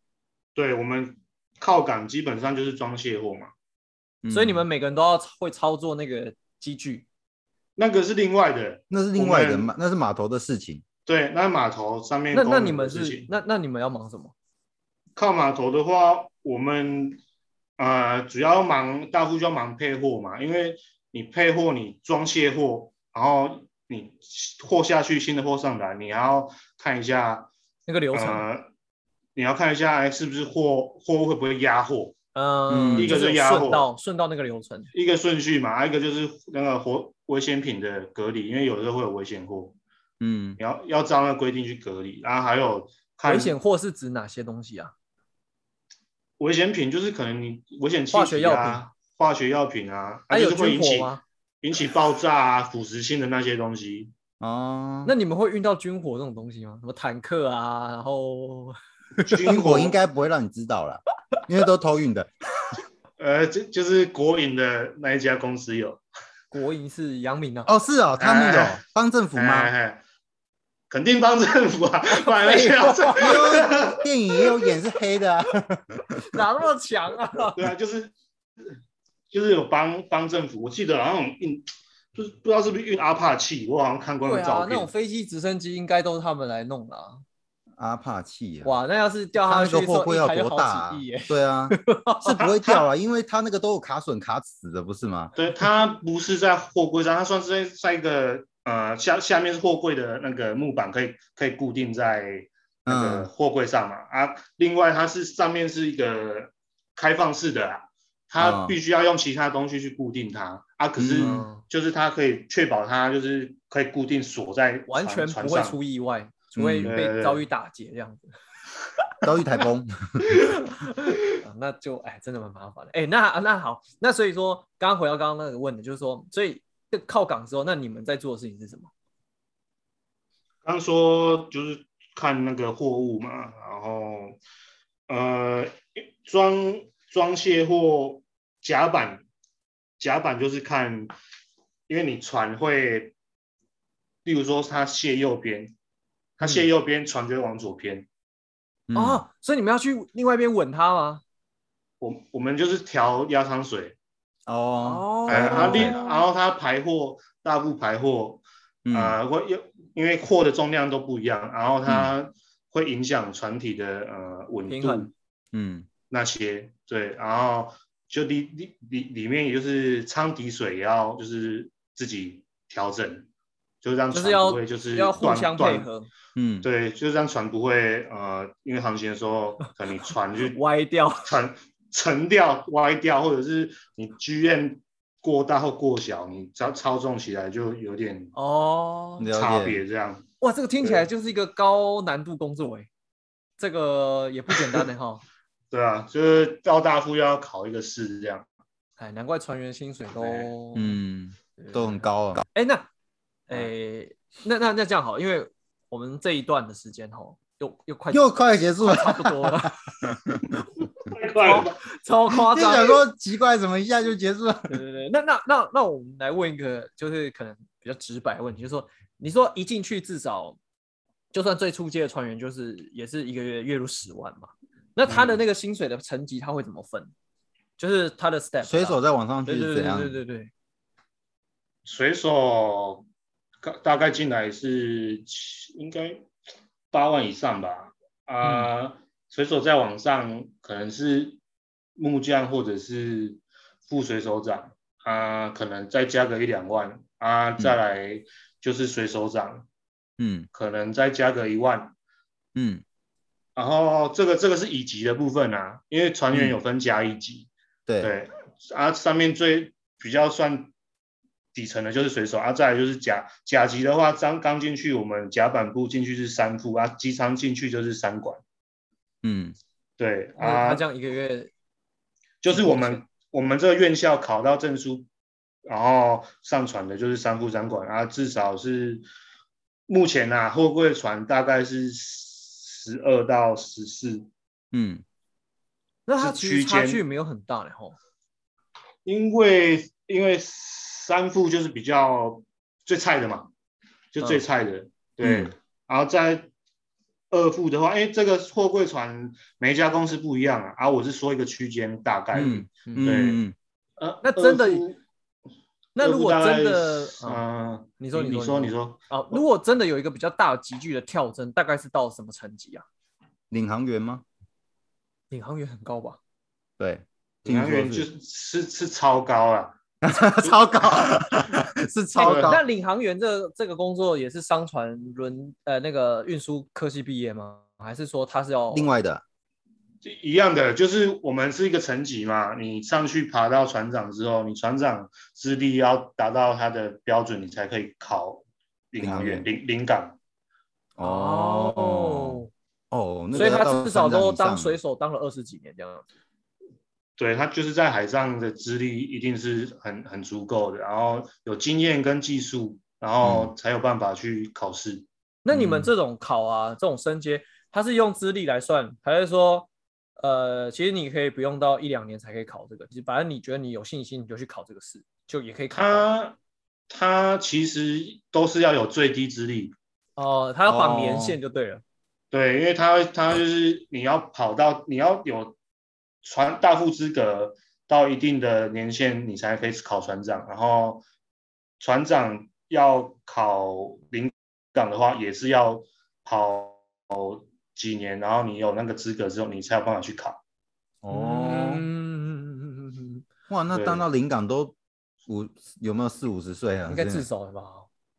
[SPEAKER 3] 对我们靠港基本上就是装卸货嘛，
[SPEAKER 2] 嗯
[SPEAKER 1] 所以你们每个人都要会操作那个机具。
[SPEAKER 3] 那个是另外的。
[SPEAKER 2] 那是另外的
[SPEAKER 3] 我们
[SPEAKER 2] 嘛，那是码头的事情。
[SPEAKER 3] 对，那码头上面
[SPEAKER 1] 那那
[SPEAKER 3] 工人
[SPEAKER 1] 你们
[SPEAKER 3] 的事
[SPEAKER 1] 是
[SPEAKER 3] 情
[SPEAKER 1] 那那你们要忙什么？
[SPEAKER 3] 靠码头的话，我们呃主要忙大户就要忙配货嘛，因为你配货，你装卸货，然后你货下去，新的货上来，你还要看一下
[SPEAKER 1] 那个流程，
[SPEAKER 3] 呃，你要看一下哎是不是货货物会不会压货，
[SPEAKER 1] 嗯，
[SPEAKER 2] 第一
[SPEAKER 1] 就
[SPEAKER 3] 呃个
[SPEAKER 1] 是
[SPEAKER 3] 是
[SPEAKER 1] 有
[SPEAKER 3] 压货
[SPEAKER 1] 顺道顺道那个流程。
[SPEAKER 3] 一个顺序嘛，啊一个就是那个活危险品的隔离，因为有的时候会有危险货，
[SPEAKER 2] 嗯，
[SPEAKER 3] 你要要照那个规定去隔离，然后还有看
[SPEAKER 1] 危险货是指哪些东西啊？
[SPEAKER 3] 危险品就是可能你危险气体啊、
[SPEAKER 1] 化学药品、
[SPEAKER 3] 化学药品啊，它
[SPEAKER 1] 还
[SPEAKER 3] 就
[SPEAKER 1] 有
[SPEAKER 3] 是会
[SPEAKER 1] 军
[SPEAKER 3] 引
[SPEAKER 1] 火
[SPEAKER 3] 起
[SPEAKER 1] 吗？
[SPEAKER 3] 引起爆炸啊、腐蚀性的那些
[SPEAKER 1] [LAUGHS]
[SPEAKER 3] 东西。
[SPEAKER 2] 哦，
[SPEAKER 1] 那你们会遇到军火这种东西吗？什么坦克啊，然后 [LAUGHS]
[SPEAKER 2] 军火应该不会让你知道了，因为都偷运的。
[SPEAKER 3] 呃，就就是国营的那一家公司有，
[SPEAKER 1] 国营是阳明啊？
[SPEAKER 2] 哦，是哦，他们有
[SPEAKER 3] 哎
[SPEAKER 2] 帮政府吗？
[SPEAKER 3] 哎？哎肯定帮政府
[SPEAKER 1] [LAUGHS]
[SPEAKER 3] 啊，不然那些要政
[SPEAKER 2] 因为 [LAUGHS] 电影也有演是黑的啊。
[SPEAKER 1] 哪那么强啊？
[SPEAKER 3] 对啊，就是就是有帮帮政府。我记得好像有运，就是不知道是不是运阿帕奇，我好像看过那
[SPEAKER 1] 对
[SPEAKER 3] 个照
[SPEAKER 1] 啊，那
[SPEAKER 3] 片。
[SPEAKER 1] 种飞机、直升机应该都是他们来弄的啊。
[SPEAKER 2] 阿帕奇啊，
[SPEAKER 1] 哇，那要是掉下
[SPEAKER 2] 他那
[SPEAKER 1] 去的
[SPEAKER 2] 个
[SPEAKER 1] 时
[SPEAKER 2] 货
[SPEAKER 1] 候，
[SPEAKER 2] 柜
[SPEAKER 1] 一
[SPEAKER 2] 要
[SPEAKER 1] 台就
[SPEAKER 2] 多大
[SPEAKER 1] 好
[SPEAKER 2] 啊
[SPEAKER 1] 几亿耶！？
[SPEAKER 2] 对
[SPEAKER 1] [LAUGHS]
[SPEAKER 2] 啊，是不会掉啊，因为他那个都有卡榫卡死的，不
[SPEAKER 1] [LAUGHS]
[SPEAKER 2] 是吗？
[SPEAKER 3] 对，它不是在货柜上，它算是在在一个呃下下面是货柜的那个木板，可以可以固定在那个
[SPEAKER 2] 嗯
[SPEAKER 3] 货柜上嘛。啊，另外它是上面是一个开放式的啊，它
[SPEAKER 2] 嗯
[SPEAKER 3] 必须要用其他东西去固定它啊。可是
[SPEAKER 1] 嗯
[SPEAKER 3] 就是它可以确保它就是可以固定锁在船
[SPEAKER 1] 完全不
[SPEAKER 3] 船
[SPEAKER 1] 会
[SPEAKER 3] 上。嗯
[SPEAKER 1] 出意外，除非
[SPEAKER 3] 对对
[SPEAKER 1] 被
[SPEAKER 3] 对
[SPEAKER 1] 遭遇打劫这样子。
[SPEAKER 2] 遭遇台
[SPEAKER 1] [LAUGHS]
[SPEAKER 2] 风，
[SPEAKER 1] 啊那就哎，真的蛮麻烦的。哎，那那好，那所以说，刚刚回到刚刚那个问的，就是说，所以这靠港之后，那你们在做的事情是什么？
[SPEAKER 3] 刚说就是看那个货物嘛，然后呃装装卸货甲板甲板就是看，因为你船会，例如说它卸右边，它卸右边，船就会往左偏。
[SPEAKER 2] 嗯
[SPEAKER 1] 哦，所以你们要去另外一边吻它吗？
[SPEAKER 3] 我我们就是调压舱水，
[SPEAKER 2] 哦，
[SPEAKER 1] 哦，
[SPEAKER 3] 哎、然后另
[SPEAKER 2] 另
[SPEAKER 3] 然后它排货大部排货，
[SPEAKER 2] 嗯
[SPEAKER 3] 啊，会因因为货的重量都不一样，然后它会影响船体的呃稳
[SPEAKER 1] 平
[SPEAKER 3] 度
[SPEAKER 1] 衡
[SPEAKER 2] 嗯
[SPEAKER 3] 那些，对，然后就里里里里面也就是舱底水也要就是自己调整，就让
[SPEAKER 1] 就是
[SPEAKER 3] 船
[SPEAKER 1] 要
[SPEAKER 3] 不会就是
[SPEAKER 1] 要互
[SPEAKER 3] 断
[SPEAKER 1] 相配
[SPEAKER 3] 断
[SPEAKER 1] 合，
[SPEAKER 2] 嗯，
[SPEAKER 3] 对，就是让船不会呃因为航行的时候可能你
[SPEAKER 1] [LAUGHS]
[SPEAKER 3] 船就
[SPEAKER 1] 歪掉。
[SPEAKER 3] 沉沉掉歪掉，或者是你剧院过大或过小，你操操纵起来就有点
[SPEAKER 1] 哦，
[SPEAKER 3] 差
[SPEAKER 2] 了解，
[SPEAKER 3] 别这样。
[SPEAKER 1] 哇，这个听起来就是一个高难度工作哎，这个也不简单的哈。 [LAUGHS]
[SPEAKER 3] 对啊，就是到大夫要考一个试这样。
[SPEAKER 1] 哎，难怪船员薪水都
[SPEAKER 2] 嗯，
[SPEAKER 1] 对
[SPEAKER 2] 都很嗯高啊，
[SPEAKER 1] 哎、那，哎、那那那这样好，因为我们这一段的时间吼，又又快
[SPEAKER 2] 又快结束了。
[SPEAKER 1] 差不多了，
[SPEAKER 3] 太快了吧，
[SPEAKER 1] 超夸
[SPEAKER 2] 就
[SPEAKER 1] 张。
[SPEAKER 2] 想说奇怪，怎么一下就结束了？
[SPEAKER 1] 对对对，那那那那我们来问一个，就是可能比较直白的问题，就是说，你说一进去至少，就算最初阶的船员，就是也是一个月月入十万嘛，那他的那个薪水的层级他会怎么分？就是他的 step
[SPEAKER 2] 水手
[SPEAKER 1] 啊
[SPEAKER 2] 再往上去
[SPEAKER 1] 对对
[SPEAKER 2] 是怎
[SPEAKER 1] 对
[SPEAKER 2] 样？
[SPEAKER 1] 对对对，
[SPEAKER 3] 水手大大概进来是七应该八万以上吧？啊、水手再往上可能是木匠或者是副水手长啊、可能再加个一两万啊、再来就是水手长，
[SPEAKER 2] 嗯
[SPEAKER 3] 可能再加个一万。
[SPEAKER 2] 嗯，
[SPEAKER 3] 然后这个这个是乙级的部分啊，因为船员有分甲乙级，
[SPEAKER 2] 对，
[SPEAKER 3] 对，啊，上面最比较算底层的就是水手，啊，再来就是甲甲级的话，刚刚进去我们甲板部进去是三副，啊，机舱进去就是三管，
[SPEAKER 2] 嗯
[SPEAKER 3] 对
[SPEAKER 1] 那哦他
[SPEAKER 3] 啊
[SPEAKER 1] 这，样一个月，
[SPEAKER 3] 就是我们我们这个院校考到证书，然后上船的就是三副三管，啊，至少是目前啊，货柜船大概是十二到十四，
[SPEAKER 2] 嗯
[SPEAKER 1] 那他
[SPEAKER 3] 是
[SPEAKER 1] 其实
[SPEAKER 3] 区
[SPEAKER 1] 差
[SPEAKER 3] 间
[SPEAKER 1] 距没有很大的吼。
[SPEAKER 3] 因为因为三副就是比较最菜的嘛，就最菜的，对。
[SPEAKER 2] 嗯
[SPEAKER 3] 然后在二副的话，哎，这个货柜船每一家公司不一样啊，啊，我是说一个区间大概。
[SPEAKER 2] 嗯
[SPEAKER 1] 嗯，
[SPEAKER 2] 嗯，
[SPEAKER 3] 呃，
[SPEAKER 1] 那真的
[SPEAKER 3] 二副
[SPEAKER 1] 那如果
[SPEAKER 3] 二副大概
[SPEAKER 1] 真的，
[SPEAKER 3] 嗯、
[SPEAKER 1] 嗯，你说
[SPEAKER 3] 你
[SPEAKER 1] 你
[SPEAKER 3] 说
[SPEAKER 1] 说
[SPEAKER 3] 你说，
[SPEAKER 1] 哦，如果真的有一个比较大的急剧的跳增，大概是到什么层级啊？
[SPEAKER 2] 领航员吗？
[SPEAKER 1] 领航员很高吧？
[SPEAKER 2] 对，
[SPEAKER 3] 领航员就是是是是超高啊，
[SPEAKER 1] [LAUGHS]
[SPEAKER 2] 超 [LAUGHS] 高，是超
[SPEAKER 1] 欸
[SPEAKER 2] 高
[SPEAKER 1] 那。领航员这这个工作也是商船轮呃那个运输科系毕业吗？还是说他是要
[SPEAKER 2] 另外的，
[SPEAKER 3] 就一样的，就是我们是一个层级嘛，你上去爬到船长之后，你船长资历要达到他的标准，你才可以考领航员、领领港。
[SPEAKER 2] 哦哦，那个
[SPEAKER 1] 所以
[SPEAKER 2] 要
[SPEAKER 1] 他
[SPEAKER 2] 到
[SPEAKER 1] 至少
[SPEAKER 2] 船长
[SPEAKER 1] 都
[SPEAKER 2] 以上
[SPEAKER 1] 当水手当了二十几年这样子。
[SPEAKER 3] 对他就是在海上的资历一定是很很足够的，然后有经验跟技术，然后才有办法去考试。
[SPEAKER 1] 那你们
[SPEAKER 2] 嗯
[SPEAKER 1] 这种考啊，这种升阶，他是用资历来算，还是说呃，其实你可以不用到一两年才可以考这个，就是反正你觉得你有信心，你就去考这个试，就也可以考到。
[SPEAKER 3] 他他其实都是要有最低资历，
[SPEAKER 1] 哦，他要绑
[SPEAKER 2] 哦
[SPEAKER 1] 年限就对了。
[SPEAKER 3] 对，因为他他就是你要跑到你要有船大副资格到一定的年限，你才可以考船长。然后船长要考领港的话，也是要跑几年，然后你有那个资格之后，你才有办法去考。
[SPEAKER 2] 哦，
[SPEAKER 1] 嗯，
[SPEAKER 2] 哇，那当到领港都五有没有四五十岁啊？
[SPEAKER 1] 应该至
[SPEAKER 2] 真的
[SPEAKER 1] 少了吧？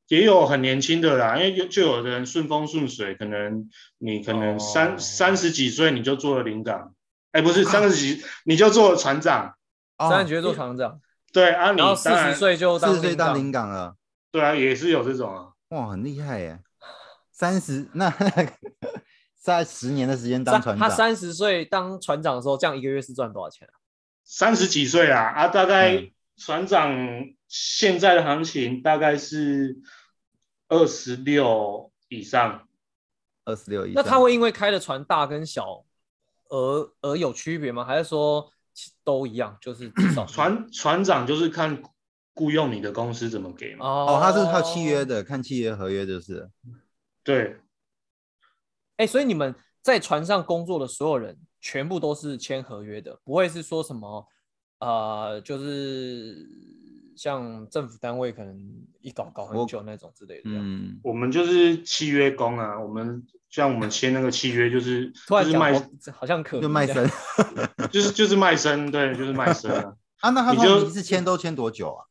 [SPEAKER 3] 也有很年轻的啦，因为有就有的人顺风顺水，可能你可能三
[SPEAKER 1] 哦
[SPEAKER 3] 三十几岁你就做了领港，哎，不
[SPEAKER 1] [LAUGHS]
[SPEAKER 3] 是三十几你就做了船长，
[SPEAKER 1] 三
[SPEAKER 2] 哦
[SPEAKER 1] 十，几岁做船长，
[SPEAKER 3] 对啊，你
[SPEAKER 1] 然后四
[SPEAKER 3] 当然
[SPEAKER 1] 十岁就
[SPEAKER 2] 四
[SPEAKER 1] 当
[SPEAKER 2] 十岁
[SPEAKER 1] 领
[SPEAKER 2] 当
[SPEAKER 1] 导。
[SPEAKER 2] 领港了，
[SPEAKER 3] 对啊，也是有这种啊。
[SPEAKER 2] 哇，很厉害耶！三十那 [LAUGHS] 在十年的时间
[SPEAKER 1] 他
[SPEAKER 2] 当船
[SPEAKER 1] 他
[SPEAKER 2] 长，
[SPEAKER 1] 三十岁当船长的时候，这样一个月是赚多少钱啊？
[SPEAKER 3] 三十几岁啦，啊，大概
[SPEAKER 2] 嗯
[SPEAKER 3] 船长现在的行情大概是二十六以上，
[SPEAKER 2] 二十六以上，
[SPEAKER 1] 那他会因为开的船大跟小而而有区别吗？还是说都一样，就是至少
[SPEAKER 2] 嗯
[SPEAKER 3] 船船长就是看雇佣你的公司怎么给嘛。
[SPEAKER 1] 哦
[SPEAKER 2] 哦，他是靠契约。的，看契约合约就是了。
[SPEAKER 3] 对，
[SPEAKER 1] 哎、所以你们在船上工作的所有人，全部都是签合约的，不会是说什么呃，就是像政府单位可能一搞搞很
[SPEAKER 2] 我
[SPEAKER 1] 久那种之类的这样。
[SPEAKER 2] 嗯，
[SPEAKER 3] 我们就是契约工啊，我们像我们签那个契约就是
[SPEAKER 2] [LAUGHS]
[SPEAKER 1] 突然
[SPEAKER 3] 就是
[SPEAKER 1] 讲，
[SPEAKER 3] 卖
[SPEAKER 2] 哦
[SPEAKER 1] 我这好像可
[SPEAKER 2] 就
[SPEAKER 1] 疑
[SPEAKER 2] 卖
[SPEAKER 1] 这 [LAUGHS]
[SPEAKER 2] 身
[SPEAKER 1] 样
[SPEAKER 3] 就是就是卖身，对，就是卖身啊。 [LAUGHS]
[SPEAKER 2] 啊。那他
[SPEAKER 3] 你
[SPEAKER 2] 通
[SPEAKER 3] 就
[SPEAKER 2] 常一次签都签多久啊？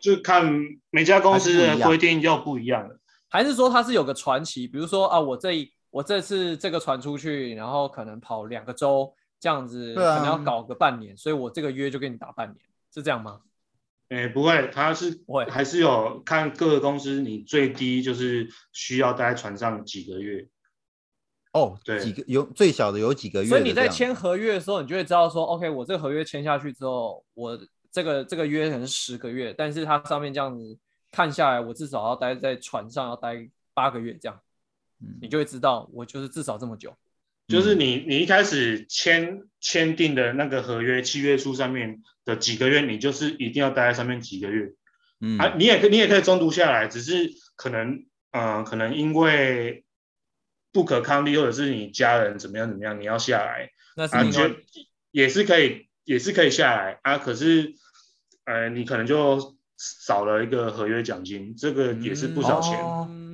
[SPEAKER 3] 就看每家公司
[SPEAKER 2] 还是不一
[SPEAKER 3] 的
[SPEAKER 2] 样
[SPEAKER 3] 规定又不一样了。
[SPEAKER 1] 还是说它是有个传奇？比如说啊，我这一我这次这个船出去，然后可能跑两个州这样子，
[SPEAKER 2] 对啊
[SPEAKER 1] 可能要搞个半年，所以我这个约就跟你打半年，是这样吗？
[SPEAKER 3] 诶、哎不会，他是
[SPEAKER 1] 不会
[SPEAKER 3] 还是有看各个公司，你最低就是需要待在船上几个月。
[SPEAKER 2] 哦，
[SPEAKER 3] 对
[SPEAKER 2] 几个有最小的有几个月的
[SPEAKER 1] 所
[SPEAKER 2] 这样，
[SPEAKER 1] 以你在签合约的时候，你就会知道说，OK，我这个合约签下去之后，我这个这个约可能是十个月，但是它上面这样子看下来，我至少要待在船上要待八个月这样，
[SPEAKER 2] 嗯，
[SPEAKER 1] 你就会知道我就是至少这么久。嗯
[SPEAKER 3] 就是你你一开始签签订的那个合约契约书上面的几个月，你就是一定要待在上面几个月。
[SPEAKER 2] 嗯
[SPEAKER 3] 啊，你也可以你也可以中途下来，只是可能呃，可能因为不可抗力，或者是你家人怎么样怎么样，你要下来。
[SPEAKER 1] 那是
[SPEAKER 3] 啊，
[SPEAKER 1] 另
[SPEAKER 3] 就
[SPEAKER 1] 外、
[SPEAKER 3] 也是可以，也是可以下来啊。可是，呃，你可能就少了一个合约奖金，这个也是不少钱。
[SPEAKER 2] 哦
[SPEAKER 1] 嗯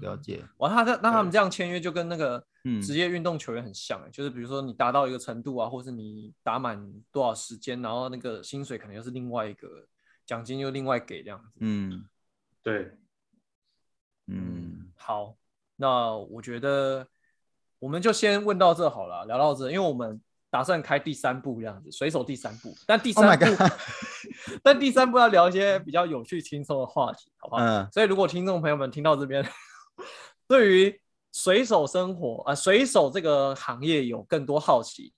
[SPEAKER 2] 了解，
[SPEAKER 1] 哇，他那那他们这样签约就跟那个
[SPEAKER 2] 嗯
[SPEAKER 1] 职业运动球员很像、欸，就是比如说你达到一个程度啊，或是你打满多少时间，然后那个薪水可能又是另外一个奖金又另外给这样子。
[SPEAKER 2] 嗯
[SPEAKER 3] 对，
[SPEAKER 2] 嗯，
[SPEAKER 1] 好，那我觉得我们就先问到这好了，聊到这，因为我们打算开第三部这样子，水手第三部，但第
[SPEAKER 2] Oh
[SPEAKER 1] 三
[SPEAKER 2] my
[SPEAKER 1] 部
[SPEAKER 2] god，
[SPEAKER 1] [LAUGHS] 但第三部要聊一些比较有趣轻松的话题，好不好？
[SPEAKER 2] 嗯
[SPEAKER 1] 所以如果听众朋友们听到这边， [LAUGHS] 对于水手生活啊、呃水手这个行业有更多好奇，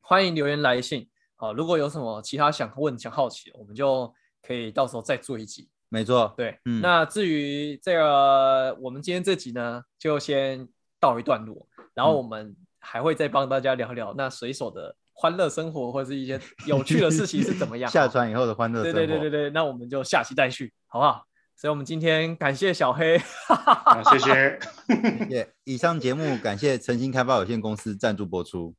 [SPEAKER 1] 欢迎留言来信。好、如果有什么其他想问、想好奇的，我们就可以到时候再做一集。
[SPEAKER 2] 没错，
[SPEAKER 1] 对，
[SPEAKER 2] 嗯
[SPEAKER 1] 那至于这个，我们今天这集呢，就先告一段落，然后
[SPEAKER 2] 嗯
[SPEAKER 1] 我们还会再帮大家聊聊那水手的欢乐生活，或是一些有趣的事情是怎么样。
[SPEAKER 2] [LAUGHS] 下船以后的欢乐
[SPEAKER 1] 对
[SPEAKER 2] 生活，
[SPEAKER 1] 对对对对，那我们就下期再续，好不好？所以我们今天感谢小黑，
[SPEAKER 3] 啊，谢谢。
[SPEAKER 2] 对，以上节目感谢诚心开发有限公司赞助播出。